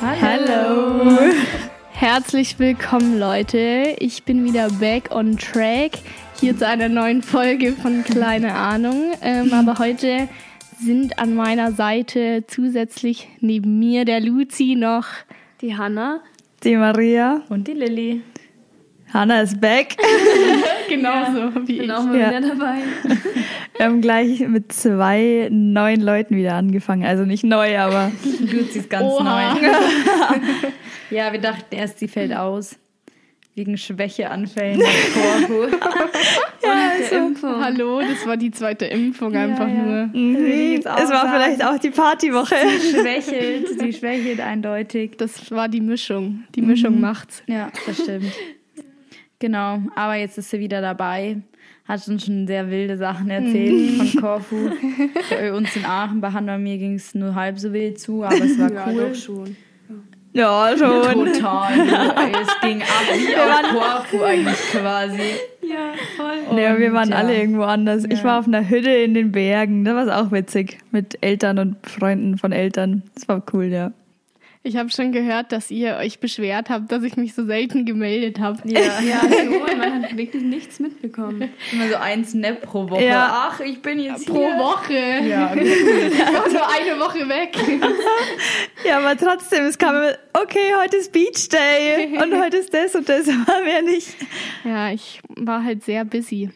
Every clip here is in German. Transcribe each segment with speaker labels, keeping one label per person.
Speaker 1: Hallo. Herzlich willkommen, Leute. Ich bin wieder back on track. Hier zu einer neuen Folge von Kleine Ahnung. Ähm, aber heute sind an meiner Seite zusätzlich neben mir der Luzi noch die Hanna.
Speaker 2: Die Maria.
Speaker 3: Und die Lilly.
Speaker 2: Hanna ist back.
Speaker 1: Genauso wie
Speaker 3: Bin
Speaker 1: ich.
Speaker 3: auch mal
Speaker 2: Ja.
Speaker 3: wieder dabei.
Speaker 2: Wir haben gleich mit zwei neuen Leuten wieder angefangen. Also nicht neu, aber
Speaker 3: Luzi ist ganz
Speaker 1: Oha.
Speaker 3: Ja, wir dachten erst, sie fällt aus. Wegen Schwächeanfällen nach Corvo. ja, also. Impfung.
Speaker 1: Hallo, das war die zweite Impfung einfach
Speaker 3: ja.
Speaker 1: nur.
Speaker 2: es
Speaker 3: geht's auch
Speaker 2: war
Speaker 3: sagen.
Speaker 2: vielleicht auch die Partywoche.
Speaker 3: Schwächelt, sie schwächelt eindeutig.
Speaker 1: Das war die Mischung. Die Mischung
Speaker 3: Mhm.
Speaker 1: macht's.
Speaker 3: Ja, das stimmt. Genau, aber jetzt ist sie wieder dabei. Hat uns schon sehr wilde Sachen erzählt
Speaker 2: Mhm.
Speaker 3: von Korfu. Bei uns in Aachen, bei Hanna und mir ging es nur halb so wild zu, aber es war cool.
Speaker 1: schon.
Speaker 2: Ja, schon.
Speaker 3: Total. Ey, es ging ab wie auf Korfu eigentlich quasi.
Speaker 2: Ja, wir waren
Speaker 3: Und,
Speaker 2: alle
Speaker 3: ja.
Speaker 2: irgendwo anders. Ich war auf einer Hütte in den Bergen. Da war es auch witzig. Mit Eltern und Freunden von Eltern. Das war cool, ja.
Speaker 1: Ich habe schon gehört, dass ihr euch beschwert habt, dass ich mich so selten gemeldet habe.
Speaker 3: Ja, ja.
Speaker 4: Ja, man hat wirklich nichts mitbekommen.
Speaker 3: Immer so ein Snap pro Woche.
Speaker 2: Ja.
Speaker 3: Ach, ich bin jetzt
Speaker 1: Pro Woche.
Speaker 3: Ja,
Speaker 1: Ich war nur eine Woche weg.
Speaker 2: Ja, aber trotzdem, es kam immer, okay, heute ist Beach Day und heute ist das und das, aber mehr nicht.
Speaker 1: Ja, ich war halt sehr busy.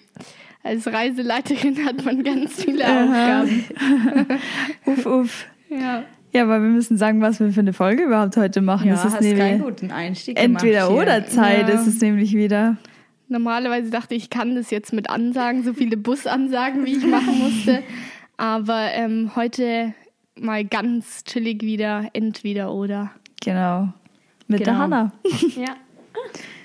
Speaker 1: Als Reiseleiterin hat man ganz viele
Speaker 2: Aha.
Speaker 1: Aufgaben.
Speaker 2: Uff, uff.
Speaker 1: Ja.
Speaker 2: Ja, aber wir müssen sagen, was wir für eine Folge überhaupt heute machen.
Speaker 3: Ja,
Speaker 2: das ist
Speaker 3: hast keinen
Speaker 2: nämlich
Speaker 3: guten Einstieg
Speaker 2: entweder
Speaker 3: gemacht hier.
Speaker 2: oder Zeit
Speaker 1: Ja.
Speaker 2: ist es nämlich wieder.
Speaker 1: Normalerweise dachte ich, ich kann das jetzt mit Ansagen, so viele Busansagen, wie ich machen musste. Aber ähm, heute mal ganz chillig wieder, entweder oder.
Speaker 2: Genau. Mit der
Speaker 3: Genau.
Speaker 2: Hanna.
Speaker 4: Ja.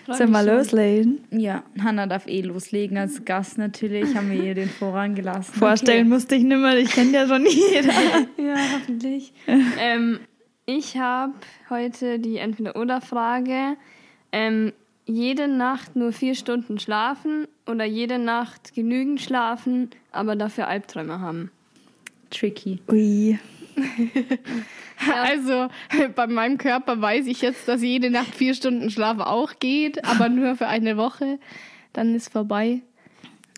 Speaker 2: Soll mal loslegen.
Speaker 3: Ja, Hanna darf eh loslegen als Gast natürlich, haben wir ihr den Vorrang gelassen.
Speaker 2: Vorstellen musste ich nimmer, ich kenne ja schon jeder.
Speaker 4: Ja, hoffentlich. ähm, ich habe heute die Entweder-Oder-Frage. Ähm, jede Nacht nur vier Stunden schlafen oder jede Nacht genügend schlafen, aber dafür Albträume haben.
Speaker 3: Tricky.
Speaker 2: Ui.
Speaker 1: Also bei meinem Körper weiß ich jetzt, dass jede Nacht vier Stunden Schlaf auch geht, aber nur für eine Woche. Dann ist vorbei.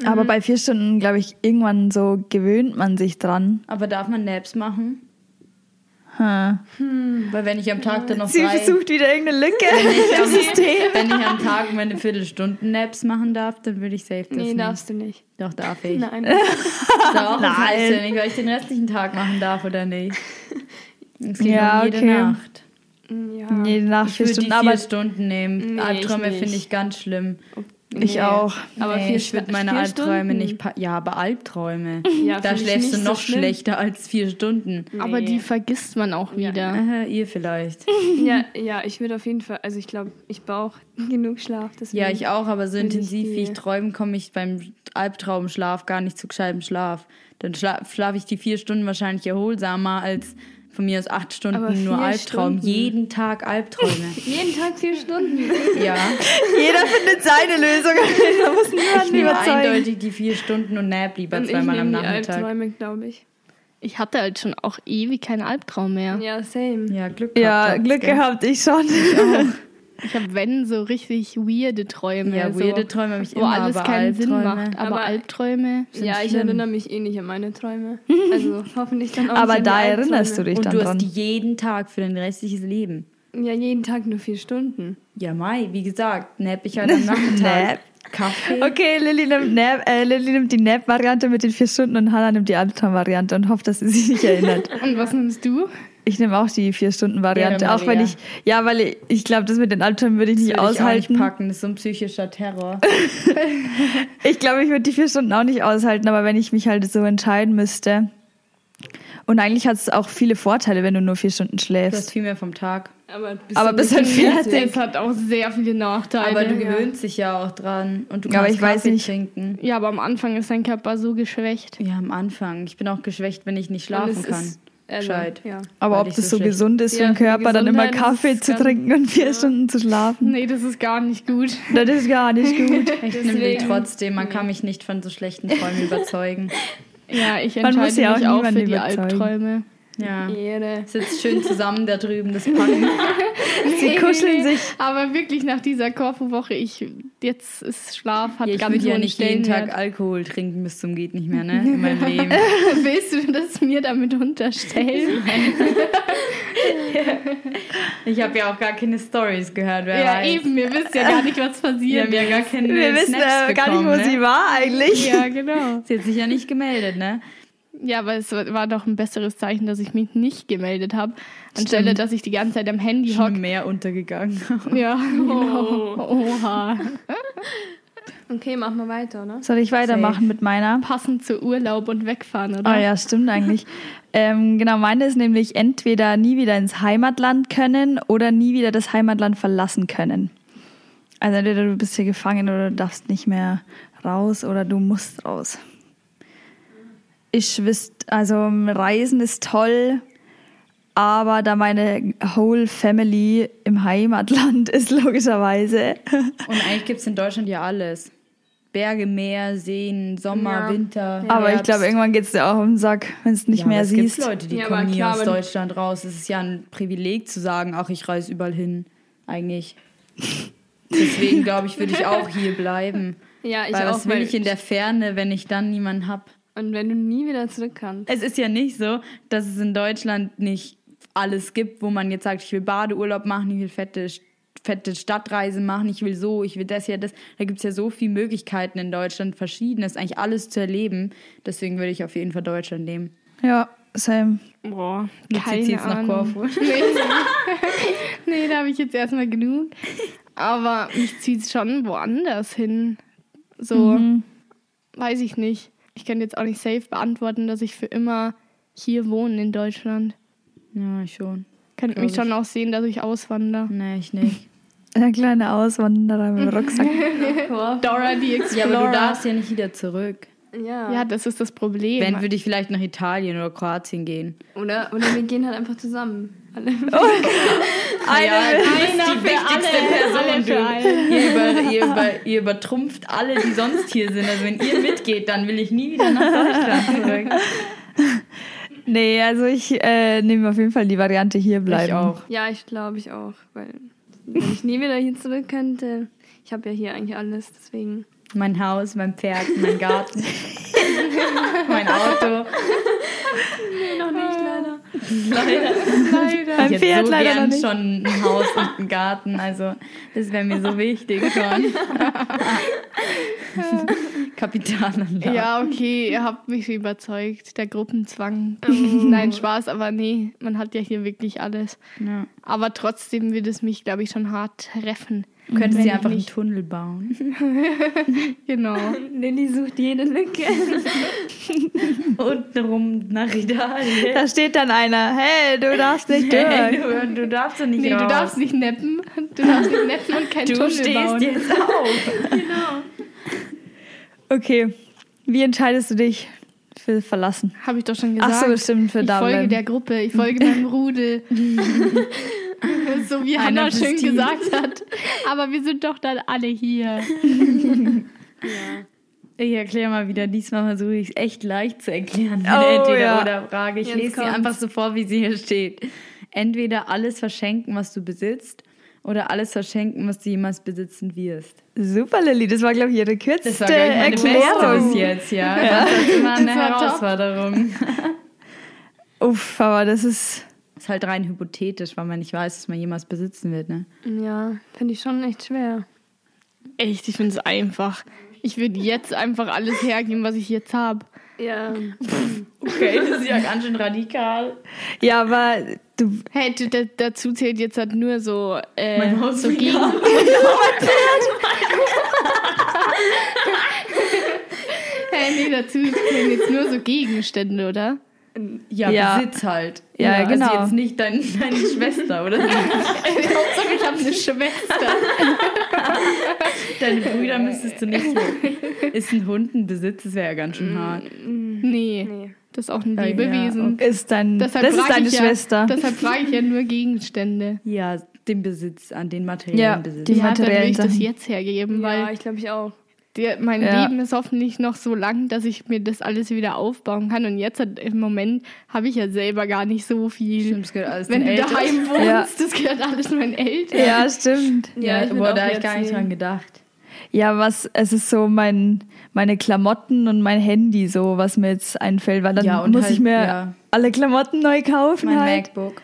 Speaker 3: Mhm.
Speaker 2: Aber bei vier Stunden, glaube ich, irgendwann so gewöhnt man sich dran.
Speaker 3: Aber darf man Naps machen?
Speaker 2: Ha.
Speaker 3: Weil wenn ich am Tag dann noch
Speaker 2: Sie
Speaker 3: drei,
Speaker 2: versucht wieder irgendeine Lücke im System.
Speaker 3: wenn ich am Tag meine Viertelstunden Naps machen darf, dann würde ich safe das
Speaker 4: nee,
Speaker 3: nicht.
Speaker 4: darfst du nicht.
Speaker 3: Doch, darf ich.
Speaker 4: Nein.
Speaker 3: Doch, das heißt ja
Speaker 2: Nein.
Speaker 3: nicht, weil ich den restlichen Tag machen darf oder nicht. Es geht
Speaker 2: Ja,
Speaker 3: um jede
Speaker 2: okay.
Speaker 3: Nacht.
Speaker 4: ja.
Speaker 2: Jede Nacht
Speaker 3: Ich
Speaker 2: vier
Speaker 3: würde die
Speaker 2: Stunden,
Speaker 3: vier
Speaker 2: aber
Speaker 3: Stunden nehmen.
Speaker 4: Nee,
Speaker 3: Albträume
Speaker 4: ich nicht.
Speaker 3: finde ich ganz schlimm.
Speaker 2: ich auch.
Speaker 4: Aber
Speaker 3: nee,
Speaker 4: vier
Speaker 3: ich würde
Speaker 4: Sta-
Speaker 3: meine
Speaker 4: vier
Speaker 3: Albträume
Speaker 4: Stunden?
Speaker 3: nicht... pa- Ja, aber Albträume.
Speaker 4: Ja,
Speaker 3: da
Speaker 4: find ich
Speaker 3: schläfst
Speaker 4: nicht
Speaker 3: du
Speaker 4: so
Speaker 3: noch
Speaker 4: schlimm.
Speaker 3: schlechter als vier Stunden.
Speaker 1: Aber
Speaker 4: Nee.
Speaker 1: die vergisst man auch
Speaker 4: Ja.
Speaker 1: wieder.
Speaker 3: Aha, ihr vielleicht.
Speaker 4: Ja, ja, ich würde auf jeden Fall, also ich glaube, ich brauche genug Schlaf. Deswegen.
Speaker 3: Ja, ich auch, aber so
Speaker 4: Bin Hm. ich
Speaker 3: intensiv wie
Speaker 4: die-
Speaker 3: ich träume, komme ich beim Albtraumschlaf gar nicht zu gescheitem Schlaf. Dann schla schlafe ich die vier Stunden wahrscheinlich erholsamer als von mir aus acht Stunden
Speaker 4: Aber
Speaker 3: nur
Speaker 4: vier
Speaker 3: Albtraum.
Speaker 4: Stunden.
Speaker 3: Jeden Tag Albträume.
Speaker 4: Jeden Tag vier Stunden.
Speaker 3: ja,
Speaker 2: Jeder findet seine Lösung. Da muss
Speaker 3: ich
Speaker 2: niemanden
Speaker 3: nehme
Speaker 2: überzeugen.
Speaker 3: eindeutig die vier Stunden und nap lieber
Speaker 4: Und ich
Speaker 3: zweimal am
Speaker 4: nehme die
Speaker 3: Nachmittag.
Speaker 4: Albträume, glaube ich.
Speaker 1: Ich hatte halt schon auch ewig keinen Albtraum mehr.
Speaker 4: Ja, same.
Speaker 3: Ja, Glück
Speaker 2: Ja,
Speaker 3: gehabt,
Speaker 2: Glück
Speaker 3: gell?
Speaker 2: gehabt, ich schon.
Speaker 1: Ich habe, wenn, so richtig weirde Träume.
Speaker 3: Ja,
Speaker 1: so,
Speaker 3: weirde Träume habe ich
Speaker 1: wo
Speaker 3: immer,
Speaker 1: alles
Speaker 3: aber
Speaker 1: keinen
Speaker 3: Albträume.
Speaker 1: Sinn macht. Aber,
Speaker 4: Aber-
Speaker 1: Albträume.
Speaker 3: sind
Speaker 4: ja, ich
Speaker 3: schlimm.
Speaker 4: erinnere mich eh nicht an meine Träume. Also hoffentlich dann auch.
Speaker 2: Aber
Speaker 4: nicht an die
Speaker 2: da erinnerst du
Speaker 4: Albträume.
Speaker 2: dich
Speaker 3: Und
Speaker 2: dann
Speaker 3: du
Speaker 2: dran.
Speaker 3: hast die jeden Tag für dein restliches Leben.
Speaker 4: Ja, jeden Tag nur vier Stunden.
Speaker 3: Ja, Mai, wie gesagt, nap ich halt am Nachmittag.
Speaker 2: Nap.
Speaker 3: Kaffee.
Speaker 2: Okay, Lilly nimmt, Nap, äh, Lilly nimmt die Nap-Variante mit den vier Stunden und Hannah nimmt die Albtraum-Variante und hofft, dass sie sich nicht erinnert.
Speaker 1: Und was nimmst du?
Speaker 2: Ich nehme auch die vier Stunden-Variante,
Speaker 3: Ja,
Speaker 2: auch wenn
Speaker 3: Maria.
Speaker 2: ich, ja, weil ich, ich glaube, das mit den Albträumen würde ich nicht
Speaker 3: Würde ich auch nicht
Speaker 2: aushalten.
Speaker 3: packen, das ist so ein psychischer Terror.
Speaker 2: Ich glaube, ich würde die vier Stunden auch nicht aushalten, aber wenn ich mich halt so entscheiden müsste. Und eigentlich hat es auch viele Vorteile, wenn du nur vier Stunden
Speaker 3: Du hast
Speaker 2: schläfst.
Speaker 3: viel mehr vom Tag.
Speaker 4: Aber bis
Speaker 2: Aber bist halt fertig.
Speaker 1: Das hat auch sehr viele Nachteile.
Speaker 3: Aber du gewöhnst dich ja auch dran und du
Speaker 2: Ja, aber
Speaker 3: kannst
Speaker 2: ich
Speaker 3: Kaffee
Speaker 2: weiß nicht.
Speaker 3: trinken.
Speaker 1: ja, aber am Anfang ist dein Körper so geschwächt.
Speaker 3: Ja, am Anfang. Ich bin auch geschwächt, wenn ich nicht schlafen
Speaker 4: es
Speaker 3: kann.
Speaker 4: ist- also,
Speaker 3: Gescheit.
Speaker 4: Ja.
Speaker 2: Aber
Speaker 3: Weil
Speaker 2: ob
Speaker 3: ich
Speaker 2: das
Speaker 3: so
Speaker 2: so
Speaker 3: schlecht-
Speaker 2: gesund ist für
Speaker 4: Ja,
Speaker 2: den
Speaker 4: für die
Speaker 2: Körper, dann immer
Speaker 4: Gesundheit ist
Speaker 2: Kaffee zu
Speaker 4: ganz-
Speaker 2: trinken und vier Stunden zu schlafen.
Speaker 1: Nee, das ist gar nicht gut.
Speaker 2: Das ist gar nicht gut.
Speaker 3: Ich nehme den
Speaker 4: Deswegen-
Speaker 3: trotzdem, man kann mich nicht von so schlechten Träumen überzeugen.
Speaker 1: Ja, ich
Speaker 2: Man muss
Speaker 1: entscheide
Speaker 2: ja auch
Speaker 1: mich auch für
Speaker 2: niemanden
Speaker 1: die
Speaker 2: überzeugen.
Speaker 1: Albträume.
Speaker 3: Ja.
Speaker 4: Ehre.
Speaker 3: Sitzt schön zusammen da drüben, das Packen.
Speaker 2: Sie kuscheln sich.
Speaker 1: Aber wirklich nach dieser Korfu-Woche, ich, jetzt ist Schlaf, hat
Speaker 3: Ja, ich
Speaker 1: ganz
Speaker 3: würde ja
Speaker 1: hohen
Speaker 3: nicht jeden
Speaker 1: Stellenwert.
Speaker 3: Tag Alkohol trinken bis zum geht nicht mehr, ne? In meinem Leben.
Speaker 1: Willst du das mir damit unterstellen?
Speaker 3: Ich habe ja auch gar keine Stories gehört, wer
Speaker 1: ja,
Speaker 3: weiß.
Speaker 1: eben, wir wissen ja gar nicht, was
Speaker 3: Die
Speaker 1: passiert.
Speaker 3: haben ja gar keine
Speaker 2: Wir wissen
Speaker 3: Snaps
Speaker 2: äh, gar nicht,
Speaker 3: bekommen,
Speaker 2: wo
Speaker 3: ne?
Speaker 2: sie war eigentlich.
Speaker 1: ja, genau.
Speaker 3: Sie hat sich ja nicht gemeldet, ne?
Speaker 1: Ja, aber es war doch ein besseres Zeichen, dass ich mich nicht gemeldet habe, anstelle,
Speaker 3: Stimmt.
Speaker 1: dass ich die ganze Zeit am Handy
Speaker 3: Schon
Speaker 1: hocke.
Speaker 3: mehr untergegangen.
Speaker 1: Ja,
Speaker 3: Oh.
Speaker 1: genau. Oha.
Speaker 4: Okay, machen wir weiter, oder?
Speaker 2: Soll ich weitermachen mit meiner?
Speaker 1: Passend zu Urlaub und wegfahren, oder?
Speaker 2: Ah ja, stimmt eigentlich. ähm, genau, meine ist nämlich entweder nie wieder ins Heimatland können oder nie wieder das Heimatland verlassen können. Also entweder du bist hier gefangen oder du darfst nicht mehr raus oder du musst raus. Ich wüsste, also Reisen ist toll, aber da meine whole family im Heimatland ist, logischerweise.
Speaker 3: Und eigentlich gibt es in Deutschland ja alles. Berge, Meer, Seen, Sommer,
Speaker 4: Ja.
Speaker 3: Winter.
Speaker 2: aber ich
Speaker 3: Herbst.
Speaker 2: glaube, irgendwann geht es dir auch um den Sack, wenn es nicht
Speaker 3: Ja, aber
Speaker 2: mehr
Speaker 3: es
Speaker 2: siehst.
Speaker 3: gibt Leute, die
Speaker 4: Ja, aber
Speaker 3: kommen nie
Speaker 4: klar,
Speaker 3: aus
Speaker 4: aber-
Speaker 3: Deutschland raus. Es ist ja ein Privileg zu sagen, ach, ich reise überall hin. Eigentlich. Deswegen glaube ich, würde ich auch hier bleiben.
Speaker 4: Ja, ich
Speaker 3: weil
Speaker 4: auch.
Speaker 3: was will ich in der Ferne, wenn ich dann niemanden habe?
Speaker 4: und wenn du nie wieder zurück kannst.
Speaker 3: Es ist ja nicht so, dass es in Deutschland nicht alles gibt, wo man jetzt sagt, ich will Badeurlaub machen, ich will fette, fette Stadtreisen machen, ich will so, ich will das ja, das. Da gibt es ja so viele Möglichkeiten in Deutschland, verschiedenes, eigentlich alles zu erleben. Deswegen würde ich auf jeden Fall Deutschland nehmen.
Speaker 2: Ja, same.
Speaker 1: Boah,
Speaker 3: Jetzt
Speaker 1: keine
Speaker 3: zieht's jetzt nach
Speaker 1: Ahnung.
Speaker 3: Korfu.
Speaker 1: Nee, nee da habe ich jetzt erstmal genug. Aber mich zieht es schon woanders hin. So,
Speaker 3: Mhm.
Speaker 2: Mhm.
Speaker 1: weiß ich nicht. Ich kann jetzt auch nicht safe beantworten, dass ich für immer hier wohne in Deutschland.
Speaker 3: Ja, ich schon.
Speaker 1: Könnte
Speaker 3: Glaub
Speaker 1: mich schon auch sehen, dass ich auswandere.
Speaker 3: Nee, ich nicht.
Speaker 2: Der kleine Auswanderer mit dem Rucksack.
Speaker 1: Dora the
Speaker 3: ja, aber
Speaker 1: Explorer.
Speaker 3: du darfst ja nicht wieder zurück.
Speaker 4: Ja.
Speaker 1: ja, das ist das Problem.
Speaker 3: Wenn würde ich vielleicht nach Italien oder Kroatien gehen.
Speaker 4: Oder, oder wir gehen halt einfach zusammen. Alle.
Speaker 2: Eine
Speaker 1: Einer für alle, alle für alle.
Speaker 3: Ihr, über, ihr, über, ihr übertrumpft alle, die sonst hier sind. Also wenn ihr mitgeht, dann will ich nie wieder nach Deutschland zurück.
Speaker 2: Nee, also ich äh, nehme auf jeden Fall die Variante hier bleiben.
Speaker 3: Ich auch.
Speaker 4: Ja, ich glaube ich auch, weil wenn ich nie wieder hier zurück könnte. Ich habe ja hier eigentlich alles, deswegen.
Speaker 3: Mein Haus, mein Pferd, mein Garten, mein Auto.
Speaker 4: Noch nicht, leider.
Speaker 2: Mein
Speaker 3: ich hätte
Speaker 2: Pferd
Speaker 3: so
Speaker 2: leider noch
Speaker 3: gern
Speaker 2: nicht.
Speaker 3: schon ein Haus und einen Garten. Also das wäre mir so wichtig schon. Kapitalanlage.
Speaker 1: Ja, okay, ihr habt mich überzeugt. Der Gruppenzwang. Nein, Spaß, aber nee, man hat ja hier wirklich alles.
Speaker 3: Ja.
Speaker 1: Aber trotzdem würde es mich, glaube ich, schon hart treffen.
Speaker 3: Du könntest
Speaker 1: Wenn
Speaker 3: dir
Speaker 1: ich
Speaker 3: einfach einen
Speaker 1: nicht-
Speaker 3: Tunnel bauen.
Speaker 1: Genau.
Speaker 4: Lilly sucht jede Lücke.
Speaker 3: Untenrum nach Italien.
Speaker 2: Da steht dann einer, hey, du darfst nicht
Speaker 3: Hey,
Speaker 2: durch.
Speaker 3: du, du darfst doch nicht
Speaker 1: Nee,
Speaker 3: raus.
Speaker 1: du darfst nicht neppen. Du darfst nicht neppen und keinen
Speaker 3: Du
Speaker 1: Tunnel
Speaker 3: stehst
Speaker 1: bauen.
Speaker 3: jetzt auf.
Speaker 2: Okay, wie entscheidest du dich für verlassen?
Speaker 1: Habe ich doch schon gesagt.
Speaker 2: Ach so, stimmt, für
Speaker 1: Ich
Speaker 2: da
Speaker 1: folge
Speaker 2: bleiben.
Speaker 1: der Gruppe, ich folge meinem Rudel. so wie
Speaker 3: Einer
Speaker 1: Hannah
Speaker 3: fürs
Speaker 1: schön
Speaker 3: Team.
Speaker 1: gesagt hat. Aber wir sind doch dann alle hier.
Speaker 3: Ich erkläre mal wieder. Diesmal versuche ich es echt leicht zu erklären. mit
Speaker 2: Oh,
Speaker 3: der entweder
Speaker 2: ja.
Speaker 3: oder Frage. Ich
Speaker 4: Jetzt
Speaker 3: lese sie
Speaker 4: kommt's.
Speaker 3: einfach so vor, wie sie hier steht. Entweder alles verschenken, was du besitzt, oder alles verschenken, was du jemals besitzen wirst.
Speaker 2: Super, Lilly, das war, glaube ich, ihre kürzeste
Speaker 3: Das war glaub ich, meine beste
Speaker 2: Erklärung.
Speaker 3: bis jetzt, ja. Das ist immer eine
Speaker 1: Das war top.
Speaker 3: Herausforderung.
Speaker 2: Uff, aber das ist,
Speaker 3: Ist halt rein hypothetisch, weil man nicht weiß, was man jemals besitzen wird, ne?
Speaker 4: Ja, finde ich schon echt schwer.
Speaker 1: Echt, ich finde es einfach. Ich würde jetzt einfach alles hergeben, was ich jetzt habe.
Speaker 4: Ja.
Speaker 3: Okay, das ist ja ganz schön radikal.
Speaker 2: ja, aber du,
Speaker 1: Hey, du, da, dazu zählt jetzt halt nur so, äh,
Speaker 3: Mein Haus
Speaker 1: so
Speaker 3: und
Speaker 1: gegen. hey, nee, dazu zählen jetzt nur so Gegenstände, oder?
Speaker 3: Ja,
Speaker 2: Ja.
Speaker 3: Besitz halt.
Speaker 2: Ja, genau.
Speaker 3: Also jetzt nicht dein, deine Schwester oder
Speaker 1: Hauptsache, ich habe eine Schwester.
Speaker 3: Deine Brüder müsstest du nicht. Mm. Ist ein Hund ein Besitz? Das wäre ja ganz schön hart.
Speaker 1: Nee,
Speaker 4: Nee.
Speaker 1: das ist auch
Speaker 2: Oh
Speaker 1: ein
Speaker 3: Ja, Also,
Speaker 1: Lebewesen.
Speaker 2: ist dein,
Speaker 1: Deshalb
Speaker 2: das ist
Speaker 1: frag
Speaker 2: deine
Speaker 1: ich
Speaker 2: Schwester.
Speaker 1: Ja, deshalb frage ich ja nur Gegenstände.
Speaker 3: Ja, den Besitz, an den materiellen
Speaker 2: Ja,
Speaker 3: Besitz.
Speaker 2: die-
Speaker 1: ja, dann will
Speaker 2: materiellen
Speaker 1: ich das
Speaker 2: Sachen.
Speaker 1: jetzt hergeben,
Speaker 4: ja,
Speaker 1: weil
Speaker 4: ich glaube ich auch.
Speaker 1: Die, mein
Speaker 2: Ja.
Speaker 1: Leben ist hoffentlich noch so lang, dass ich mir das alles wieder aufbauen kann. Und jetzt hat, im Moment habe ich ja selber gar nicht so viel.
Speaker 3: Stimmt, das gehört alles
Speaker 1: Wenn
Speaker 3: den
Speaker 1: du
Speaker 3: Eltern.
Speaker 1: daheim wohnst,
Speaker 2: Ja.
Speaker 1: das gehört alles meinen Eltern.
Speaker 2: Ja, stimmt.
Speaker 4: Ja, ich bin
Speaker 3: boah,
Speaker 4: auch
Speaker 3: da habe
Speaker 4: jetzt
Speaker 3: ich gar nicht
Speaker 4: hier.
Speaker 3: dran gedacht.
Speaker 2: Ja, was, es ist so mein, meine Klamotten und mein Handy, so, was mir jetzt einfällt, weil dann
Speaker 3: Ja, und
Speaker 2: muss
Speaker 3: halt,
Speaker 2: ich mir
Speaker 3: ja.
Speaker 2: alle Klamotten neu kaufen
Speaker 3: Mein
Speaker 2: halt
Speaker 3: MacBook.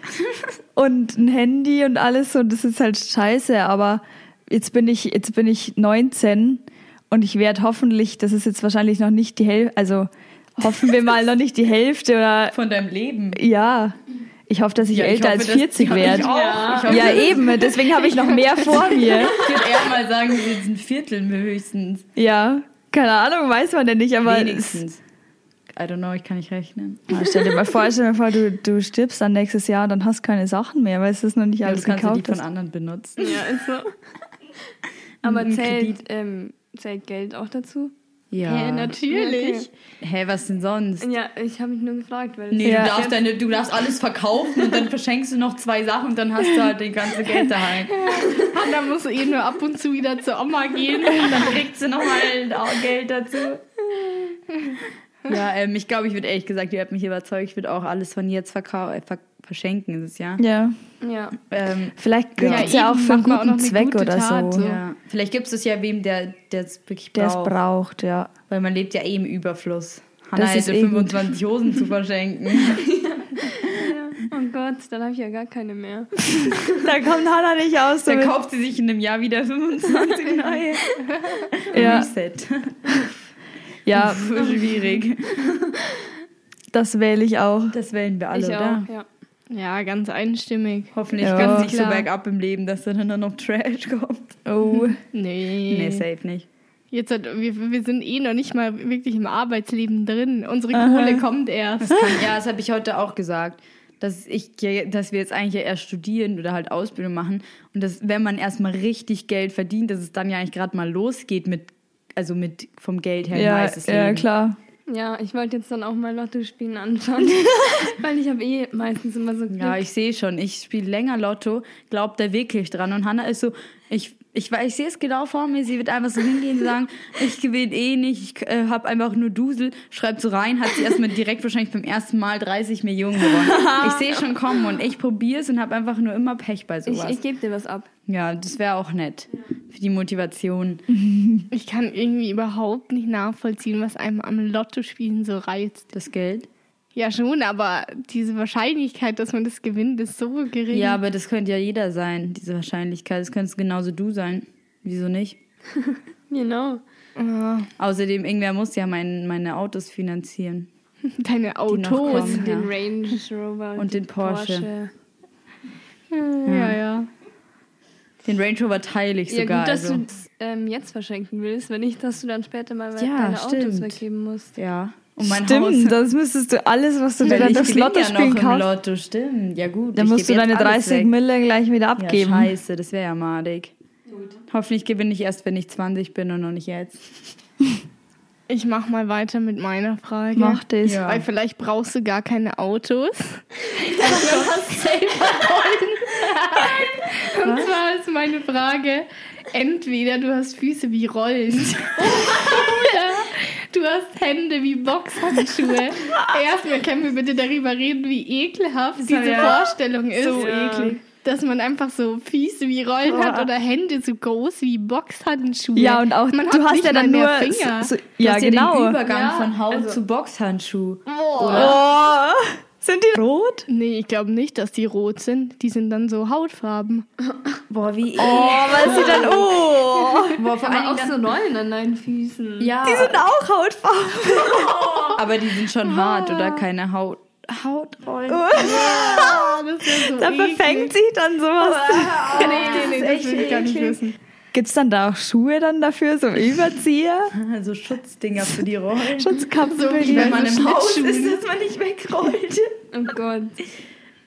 Speaker 2: und ein Handy und alles und das ist halt scheiße, aber jetzt bin ich, jetzt bin ich 19 und ich werde hoffentlich, das ist jetzt wahrscheinlich noch nicht die Hälfte, also hoffen wir mal noch nicht die Hälfte oder,
Speaker 3: Von deinem Leben.
Speaker 2: ja, ich hoffe, dass ich
Speaker 3: Ja, ich
Speaker 2: älter
Speaker 3: hoffe,
Speaker 2: als
Speaker 3: dass-
Speaker 2: 40
Speaker 3: ja, ich
Speaker 2: werde.
Speaker 3: auch. Ich hoffe,
Speaker 2: Ja, eben, deswegen habe ich noch mehr vor mir.
Speaker 3: Ich würde eher mal sagen, wir sind ein Viertel höchstens.
Speaker 2: Ja, keine Ahnung, weiß man denn nicht, aber es-
Speaker 3: Wenigstens. I don't know, ich kann nicht rechnen.
Speaker 2: Ja, stell dir mal vor, stell dir mal vor du, du stirbst dann nächstes Jahr und dann hast keine Sachen mehr, weil es ist noch nicht
Speaker 3: Ja, du
Speaker 2: alles
Speaker 3: kannst ja die
Speaker 2: gekauft.
Speaker 3: von
Speaker 2: Ist.
Speaker 3: anderen benutzen.
Speaker 4: Ja, ist so. Aber
Speaker 3: Ein
Speaker 4: zählt, ähm, zählt Geld auch dazu?
Speaker 1: Ja, natürlich.
Speaker 3: Hä, was denn sonst?
Speaker 4: Ja, ich habe mich nur gefragt, weil.
Speaker 3: Nee,
Speaker 2: Ja.
Speaker 3: du, darfst deine, du darfst alles verkaufen und dann verschenkst du noch zwei Sachen und dann hast du halt den ganzen Geld daheim.
Speaker 1: Hanna muss eh nur ab und zu wieder zur Oma gehen.
Speaker 3: Dann kriegst du nochmal Geld dazu. Ja, ähm, ich glaube, ich würde ehrlich gesagt, ihr habt mich überzeugt, ich würde auch alles von jetzt verkau äh, ver verschenken dieses Jahr.
Speaker 2: Ja,
Speaker 4: Ja.
Speaker 3: Ähm,
Speaker 2: vielleicht
Speaker 1: Ja,
Speaker 2: gibt's
Speaker 1: eben,
Speaker 2: ja, auch für einen
Speaker 1: macht man auch
Speaker 2: guten
Speaker 1: noch eine
Speaker 2: Zweck
Speaker 1: gute
Speaker 2: oder
Speaker 1: Tat,
Speaker 2: so,
Speaker 1: so.
Speaker 3: ja. Vielleicht gibst du es ja wem, der der es wirklich
Speaker 2: der es
Speaker 3: braucht.
Speaker 2: braucht, ja.
Speaker 3: Weil man lebt ja eh im Überfluss. Hannah
Speaker 2: Das ist
Speaker 3: hätte
Speaker 2: eh gut.
Speaker 3: 25 Hosen zu verschenken.
Speaker 4: Oh Gott, dann habe ich ja gar keine mehr.
Speaker 2: Da kommt Hannah nicht aus.
Speaker 3: Dann
Speaker 2: damit.
Speaker 3: kauft sie sich in einem Jahr wieder 25 neue.
Speaker 2: Ja.
Speaker 3: Reset.
Speaker 2: Ja,
Speaker 3: Schwierig.
Speaker 2: das wähle ich auch.
Speaker 3: Das wählen wir alle,
Speaker 4: ich
Speaker 3: oder?
Speaker 4: auch, ja.
Speaker 1: ja, ganz einstimmig.
Speaker 3: Hoffentlich
Speaker 2: Ja.
Speaker 3: kommt es nicht
Speaker 1: Klar.
Speaker 3: so bergab im Leben, dass dann nur noch Trash kommt.
Speaker 2: Oh,
Speaker 1: Nee.
Speaker 3: Nee, safe nicht.
Speaker 1: Jetzt hat, wir, wir sind eh noch nicht mal wirklich im Arbeitsleben drin. Unsere Kohle kommt erst.
Speaker 3: Ja, das habe ich heute auch gesagt. Dass, ich, ja- dass wir jetzt eigentlich ja erst studieren oder halt Ausbildung machen. Und dass, wenn man erstmal richtig Geld verdient, dass es dann ja eigentlich gerade mal losgeht mit, also mit vom Geld her ein
Speaker 2: ja,
Speaker 3: heißes
Speaker 2: ja
Speaker 3: Leben.
Speaker 2: klar.
Speaker 4: Ja, ich wollte jetzt dann auch mal Lotto spielen anfangen. weil ich habe eh meistens immer so Glück.
Speaker 3: Ja, ich sehe schon. Ich spiele länger Lotto, glaubt er wirklich dran. Und Hannah ist so, ich, ich, weiß- ich sehe es genau vor mir. Sie wird einfach so hingehen und sagen, ich gewinne eh nicht, ich äh, habe einfach nur Dusel. Schreibt so rein, hat sie erstmal direkt wahrscheinlich beim ersten Mal 30 Millionen gewonnen. Ich sehe schon kommen und ich probiere es und habe einfach nur immer Pech bei
Speaker 4: ich,
Speaker 3: sowas.
Speaker 4: ich gebe dir was ab.
Speaker 3: ja, das wäre auch nett für die Motivation.
Speaker 1: Ich kann irgendwie überhaupt nicht nachvollziehen, was einem am Lottospielen so reizt.
Speaker 3: Das Geld.
Speaker 1: Ja, schon, aber diese Wahrscheinlichkeit, dass man das gewinnt, ist so gering.
Speaker 3: Ja, aber das könnte ja jeder sein, diese Wahrscheinlichkeit. Das könntest genauso du sein. Wieso nicht?
Speaker 4: Genau.
Speaker 1: Ah,
Speaker 3: Außerdem, irgendwer muss ja mein, meine Autos finanzieren.
Speaker 1: deine
Speaker 3: noch
Speaker 1: Autos.
Speaker 3: kommen.
Speaker 4: Oh, Den Range Rover.
Speaker 3: Und den
Speaker 4: die Hm,
Speaker 3: Porsche.
Speaker 1: Ja, ja.
Speaker 3: Den Range Rover teile ich
Speaker 4: Ja,
Speaker 3: sogar.
Speaker 4: gut, dass
Speaker 3: also.
Speaker 4: du ähm, jetzt verschenken willst, wenn nicht, dass du dann später mal
Speaker 3: Ja,
Speaker 4: deine Autos
Speaker 3: stimmt.
Speaker 4: weggeben musst.
Speaker 3: ja. Und mein
Speaker 2: Stimmt,
Speaker 3: Haus.
Speaker 2: das müsstest du alles, was du dir
Speaker 3: Weil
Speaker 2: dann
Speaker 3: ich
Speaker 2: durchs
Speaker 3: gewinne
Speaker 2: Lotto
Speaker 3: ja noch
Speaker 2: spielen
Speaker 3: im
Speaker 2: kaufst,
Speaker 3: Lotto, stimmt. Ja gut.
Speaker 2: dann
Speaker 3: ich
Speaker 2: musst du
Speaker 3: gebe jetzt
Speaker 2: deine
Speaker 3: alles
Speaker 2: 30
Speaker 3: weg.
Speaker 2: Mille gleich wieder
Speaker 3: ja,
Speaker 2: abgeben.
Speaker 3: Scheiße, das wäre ja madig. Hoffentlich gewinne ich erst, wenn ich 20 bin und noch nicht jetzt.
Speaker 1: Ich mach mal weiter mit meiner Frage.
Speaker 2: Mach das.
Speaker 3: Ja.
Speaker 1: Weil vielleicht brauchst du gar keine Autos. Und zwar ist meine Frage: Entweder du hast Füße wie Rollen oder du hast Hände wie Boxhandschuhe. Erstmal können wir bitte darüber reden, wie ekelhaft diese
Speaker 2: ja
Speaker 1: Vorstellung ist.
Speaker 2: so eklig.
Speaker 1: Dass man einfach so Füße wie Rollen hat oder Hände so groß wie Boxhandschuhe.
Speaker 2: Ja, und auch
Speaker 1: man
Speaker 2: du
Speaker 1: hat
Speaker 2: hast
Speaker 1: nicht
Speaker 2: ja dann
Speaker 1: mal
Speaker 2: nur.
Speaker 1: mehr Finger.
Speaker 2: So, so, ja,
Speaker 3: Hast du
Speaker 2: genau.
Speaker 3: Den Übergang
Speaker 1: Ja,
Speaker 3: von Haut
Speaker 1: also-
Speaker 3: zu Boxhandschuh.
Speaker 2: Oh, sind die rot?
Speaker 1: Nee, ich glaube nicht, dass die rot sind. Die sind dann so hautfarben.
Speaker 3: Boah, wie
Speaker 2: Oh, was sie dann. Oh,
Speaker 3: Boah, vor
Speaker 4: Aber
Speaker 3: allem
Speaker 4: auch so Rollen an deinen Füßen.
Speaker 3: ja,
Speaker 2: die sind auch hautfarben.
Speaker 3: aber die sind
Speaker 4: Oh.
Speaker 3: schon hart oder keine Haut. Hautrollen.
Speaker 1: Ah, das ist so
Speaker 2: Da verfängt sich dann sowas.
Speaker 1: Nee, nee, nee, das
Speaker 3: echt
Speaker 1: will ich gar nicht
Speaker 3: eklig.
Speaker 1: wissen.
Speaker 2: Gibt's dann da auch Schuhe dann dafür, so Überzieher,
Speaker 3: Also Schutzdinger für die Rollen.
Speaker 2: Schutzkappen
Speaker 1: So
Speaker 2: für
Speaker 1: wie
Speaker 2: die?
Speaker 1: bei-
Speaker 3: Wenn man
Speaker 1: Also
Speaker 3: im Haus
Speaker 1: Schlittschuhen.
Speaker 3: ist, dass man nicht wegrollt.
Speaker 4: Oh Gott.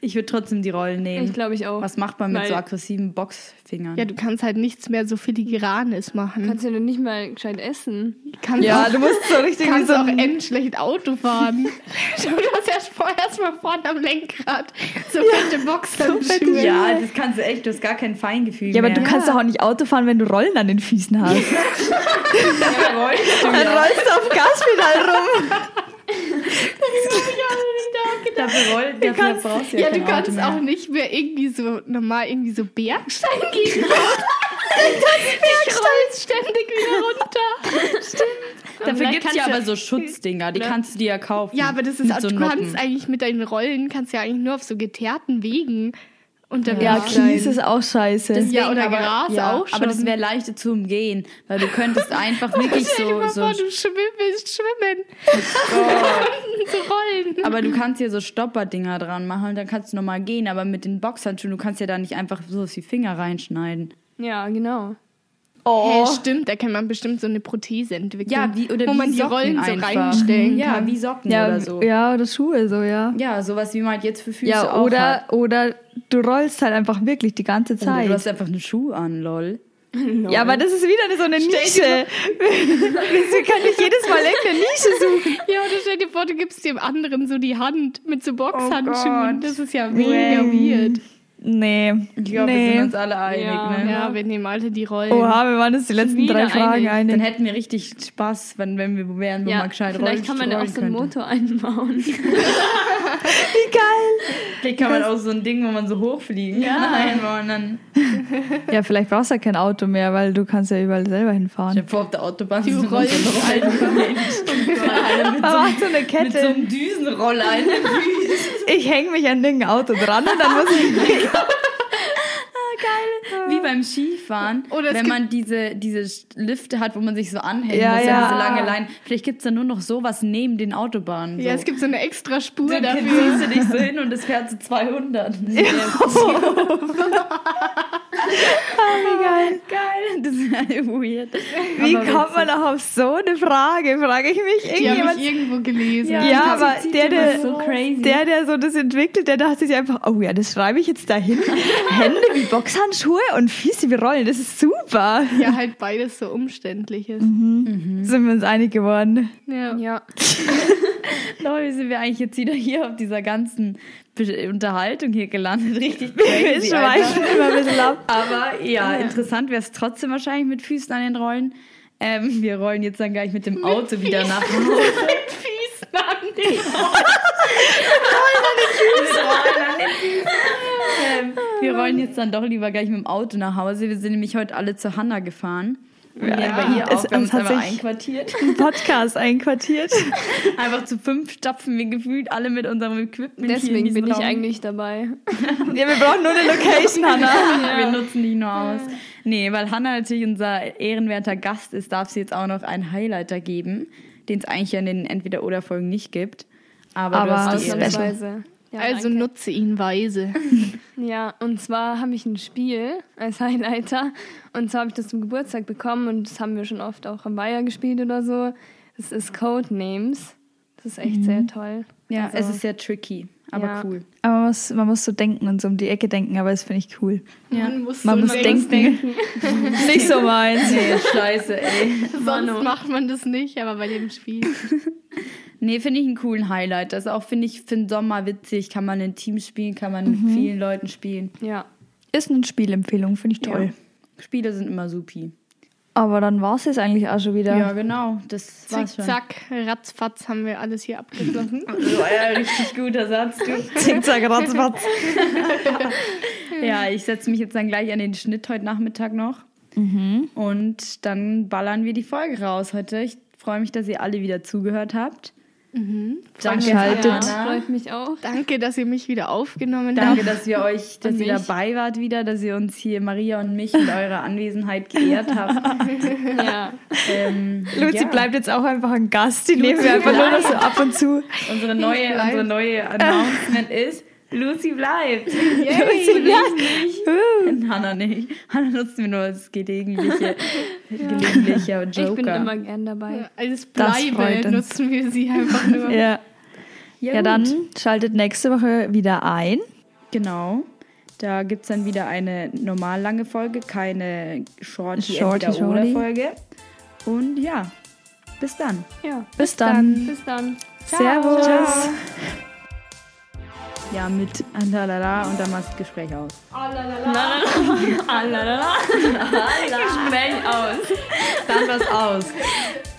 Speaker 3: Ich würde trotzdem die Rollen nehmen.
Speaker 4: Ich glaube, ich auch.
Speaker 3: Was macht man mit
Speaker 4: Weil-
Speaker 3: so aggressiven Boxfingern?
Speaker 1: Ja, du kannst halt nichts mehr so filigranes machen.
Speaker 4: Kannst du denn nicht mal gescheit essen?
Speaker 1: Kannst
Speaker 2: Ja,
Speaker 1: auch,
Speaker 2: du musst so richtig
Speaker 1: kannst
Speaker 2: so
Speaker 1: auch endschlecht Auto fahren. du hast ja vorher erstmal vorne am Lenkrad so fette Boxhandschuhe.
Speaker 3: Ja, das kannst du echt, du hast gar kein Feingefühl
Speaker 2: Ja, aber
Speaker 3: mehr.
Speaker 2: du kannst doch auch nicht Auto fahren, wenn du Rollen an den Füßen hast.
Speaker 3: kannst
Speaker 2: Dann rollst du auf Gaspedal rum.
Speaker 3: dafür, roll, dafür
Speaker 2: kannst-
Speaker 3: brauchst du
Speaker 1: Ja,
Speaker 3: ja,
Speaker 1: du
Speaker 3: kein Auto
Speaker 1: kannst
Speaker 3: mehr.
Speaker 1: auch nicht mehr irgendwie so normal irgendwie so Bergstein gehen. ich roll ständig wieder runter.
Speaker 3: Dafür
Speaker 1: vielleicht
Speaker 3: gibt es
Speaker 1: kannst
Speaker 3: ja
Speaker 1: du-
Speaker 3: aber so Schutzdinger, die
Speaker 4: Ne?
Speaker 3: kannst du dir ja kaufen.
Speaker 1: Ja, aber das ist
Speaker 3: Mit
Speaker 1: auch,
Speaker 3: so
Speaker 1: du
Speaker 3: Noppen.
Speaker 1: kannst eigentlich mit deinen Rollen, kannst ja eigentlich nur auf so geteerten Wegen unterwegs
Speaker 2: Ja,
Speaker 1: sein.
Speaker 2: Kies ist auch scheiße.
Speaker 1: Das- Ja, oder Gras auch
Speaker 3: Aber das
Speaker 1: schon.
Speaker 3: wäre leichter zu umgehen, weil du könntest einfach wirklich
Speaker 1: Stell dir
Speaker 3: so,
Speaker 1: mal
Speaker 3: so
Speaker 1: vor, du schwimm- willst schwimmen. Unten zu rollen.
Speaker 3: Aber du kannst hier so Stopperdinger dran machen und dann kannst du nochmal gehen, aber mit den Boxhandschuhen, du kannst ja da nicht einfach so die Finger reinschneiden.
Speaker 4: Ja, genau.
Speaker 1: Hä,
Speaker 2: oh.
Speaker 1: stimmt, da kann man bestimmt so eine Prothese entwickeln.
Speaker 3: Ja, wie oder
Speaker 1: wo
Speaker 3: wie
Speaker 1: man die
Speaker 3: Socken
Speaker 1: Rollen so
Speaker 3: einfach.
Speaker 1: reinstellen
Speaker 3: Ja,
Speaker 1: kann.
Speaker 3: wie Socken
Speaker 2: ja,
Speaker 3: oder so. Ja.
Speaker 2: ja, oder Schuhe so, ja.
Speaker 3: sowas wie man halt jetzt für Füße
Speaker 2: Ja,
Speaker 3: auch
Speaker 2: oder,
Speaker 3: hat.
Speaker 2: oder du rollst halt einfach wirklich die ganze
Speaker 3: Oder du
Speaker 2: Zeit.
Speaker 3: hast einfach einen Schuh an, lol.
Speaker 2: Ja, aber das ist wieder so eine Nische. Wieso kann ich jedes Mal irgendeine Nische suchen?
Speaker 1: Ja, oder stell dir vor, du gibst dem anderen so die Hand mit so
Speaker 2: Oh
Speaker 1: Boxhandschuhen.
Speaker 3: Gott.
Speaker 1: das ist ja mega
Speaker 2: Mm.
Speaker 1: weird.
Speaker 2: Nee.
Speaker 3: Ich glaube, wir
Speaker 2: nee.
Speaker 3: sind uns alle einig,
Speaker 4: Ja.
Speaker 3: ne?
Speaker 1: Ja, wir nehmen alle die Rollen.
Speaker 2: Oha, wir waren uns die letzten
Speaker 4: wieder
Speaker 2: drei Fragen
Speaker 4: einig.
Speaker 2: einig.
Speaker 3: Dann hätten wir richtig Spaß, wenn, wenn wir wären, wo
Speaker 4: ja,
Speaker 3: man gescheit
Speaker 4: vielleicht kann man ja auch so einen
Speaker 3: rollen könnte.
Speaker 4: Motor einbauen.
Speaker 2: Wie geil.
Speaker 3: Vielleicht kann man auch so ein Ding, wo man so hochfliegen kann, einbauen. Dann
Speaker 2: Ja, vielleicht brauchst du ja kein Auto mehr, weil du kannst ja überall selber hinfahren.
Speaker 3: Stell dir vor, auf der Autobahn
Speaker 1: Die
Speaker 3: so
Speaker 1: Rollen-
Speaker 3: Rollen. Einer mit so
Speaker 2: Aber Ah, so eine
Speaker 3: Mit so
Speaker 2: Kette.
Speaker 3: einem Düsenroller in den Füßen.
Speaker 2: ich hänge mich an irgendein Auto dran und dann muss ich...
Speaker 3: Wie beim Skifahren,
Speaker 1: Oder es
Speaker 3: wenn
Speaker 1: gibt-
Speaker 3: man diese, diese Lifte hat, wo man sich so anhängt,
Speaker 2: Ja,
Speaker 3: muss
Speaker 2: ja.
Speaker 3: diese lange Leine. Vielleicht gibt es da nur noch sowas neben den Autobahnen. So.
Speaker 1: Ja, es gibt so eine extra Spur
Speaker 3: dann
Speaker 1: dafür.
Speaker 3: ziehst du dich so hin und es fährt zu 200.
Speaker 2: Ah, Wie geil.
Speaker 3: Geil, das ist ja weird.
Speaker 2: Wie kommt man auch auf so eine Frage, frage ich mich.
Speaker 1: Die habe
Speaker 2: Irgendjemand,
Speaker 1: ich irgendwo gelesen.
Speaker 2: ja,
Speaker 3: Ja,
Speaker 2: aber
Speaker 3: das sieht
Speaker 2: der
Speaker 3: immer
Speaker 2: der,
Speaker 3: so crazy.
Speaker 2: der, der so das entwickelt, der dachte sich einfach, oh ja, das schreibe ich jetzt dahin. Hände wie Boxhandschuhe und Füße wie Rollen, das ist super.
Speaker 1: Ja, halt beides so umständliches.
Speaker 2: Mhm. Sind wir uns einig geworden.
Speaker 1: Ja.
Speaker 4: ja.
Speaker 3: Lol, wie sind wir eigentlich jetzt wieder hier auf dieser ganzen Be- Unterhaltung hier gelandet? Richtig
Speaker 2: Wir
Speaker 3: crazy, Alter.
Speaker 2: schweifen immer ein bisschen ab.
Speaker 3: Aber ja, interessant wäre es trotzdem wahrscheinlich mit Füßen an den Rollen. Ähm, wir rollen jetzt dann gleich mit dem Auto wieder nach Hause.
Speaker 1: Fies, Mann.
Speaker 3: Ähm, wir rollen jetzt dann doch lieber gleich mit dem Auto nach Hause. Wir sind nämlich heute alle zu Hanna gefahren. Wir nehmen bei ihr
Speaker 2: Es-
Speaker 3: auf, wir haben
Speaker 2: es
Speaker 3: uns
Speaker 2: hat
Speaker 3: einfach
Speaker 2: sich-
Speaker 3: einquartiert.
Speaker 2: Ein Podcast einquartiert.
Speaker 3: Einfach zu fünf stapfen wir gefühlt alle mit unserem Equipment. hier in
Speaker 4: Deswegen
Speaker 3: diesen
Speaker 4: bin ich
Speaker 3: Raum.
Speaker 4: eigentlich dabei.
Speaker 2: Ja, wir brauchen nur eine Location, Hannah.
Speaker 3: Wir nutzen die nur aus. Nee, weil Hanna natürlich unser ehrenwerter Gast ist, darf sie jetzt auch noch einen Highlighter geben, den es eigentlich ja in den Entweder-Oder-Folgen nicht gibt. Aber,
Speaker 2: Aber
Speaker 3: du hast die Ehre.
Speaker 4: Ausnahmsweise. Ja,
Speaker 1: Also
Speaker 4: danke.
Speaker 1: nutze ihn weise.
Speaker 4: Ja, und zwar habe ich ein Spiel als Highlighter. Und zwar habe ich das zum Geburtstag bekommen und das haben wir schon oft auch am Weiher gespielt oder so. Das ist Codenames. Das ist echt sehr toll.
Speaker 3: Ja,
Speaker 4: Also-
Speaker 3: es ist sehr tricky, aber
Speaker 4: Ja.
Speaker 3: cool.
Speaker 2: Aber man muss, man muss so denken und so um die Ecke denken, aber das finde ich cool.
Speaker 1: Man muss, so
Speaker 2: Man muss
Speaker 1: denken.
Speaker 2: denken. Nicht so meins.
Speaker 3: Nee, scheiße, ey.
Speaker 1: Sonst macht man das nicht, aber bei dem Spiel.
Speaker 3: Nee, finde ich einen coolen Highlight. Das auch finde ich für den Sommer witzig. Kann man in Teams spielen, kann man mit vielen Leuten spielen.
Speaker 4: Ja.
Speaker 2: Ist eine Spielempfehlung, finde ich toll.
Speaker 3: Spiele sind immer supi.
Speaker 2: Aber dann war es jetzt eigentlich auch schon wieder.
Speaker 3: genau. Das
Speaker 1: Zick, zack, ratzfatz haben wir alles hier abgeschlossen.
Speaker 3: Das war ja ein richtig guter Satz, du.
Speaker 2: Zickzack, ratzfatz.
Speaker 3: Ja, ich setze mich jetzt dann gleich an den Schnitt heute Nachmittag noch.
Speaker 2: Mhm.
Speaker 3: Und dann ballern wir die Folge raus heute. Ich freue mich, dass ihr alle wieder zugehört habt. Mhm. Danke,
Speaker 4: ja,
Speaker 2: Schaltet.
Speaker 3: Hanna.
Speaker 4: freut mich auch.
Speaker 1: Danke, dass ihr mich wieder aufgenommen habt.
Speaker 3: Danke, dass wir euch, dass
Speaker 4: Und
Speaker 3: ihr
Speaker 4: mich.
Speaker 3: dabei wart wieder, dass ihr uns hier, Maria und mich, mit eurer Anwesenheit geehrt habt.
Speaker 4: Ja.
Speaker 3: Ähm,
Speaker 2: Luzi
Speaker 3: ja.
Speaker 2: bleibt jetzt auch einfach ein Gast. Die nehmen wir einfach nur noch so ab und zu.
Speaker 3: Unsere neue,
Speaker 1: bleib.
Speaker 3: unsere neue Announcement ist, Lucy bleibt.
Speaker 2: Luzi bleibt. Uh.
Speaker 3: Hannah nicht. Hannah nutzen wir nur als gelegentliche, gelegentlicher Joker.
Speaker 4: Ich bin immer gern dabei.
Speaker 1: Als
Speaker 2: Das freut
Speaker 1: Bleibe
Speaker 2: uns.
Speaker 1: nutzen wir sie einfach nur.
Speaker 2: Ja. ja,
Speaker 3: ja, gut.
Speaker 2: dann schaltet nächste Woche wieder ein.
Speaker 3: Genau. Da gibt es dann wieder eine normal lange Folge, keine Shorty,
Speaker 2: Shorty,
Speaker 3: entweder oder
Speaker 2: Shorty.
Speaker 3: Folge. Und ja, bis dann.
Speaker 4: Ja.
Speaker 2: Bis dann.
Speaker 4: Bis dann.
Speaker 2: Servus.
Speaker 3: Ja, mit Andalala und dann machst du das Gespräch aus.
Speaker 4: Gespräch aus.
Speaker 3: Dann was aus.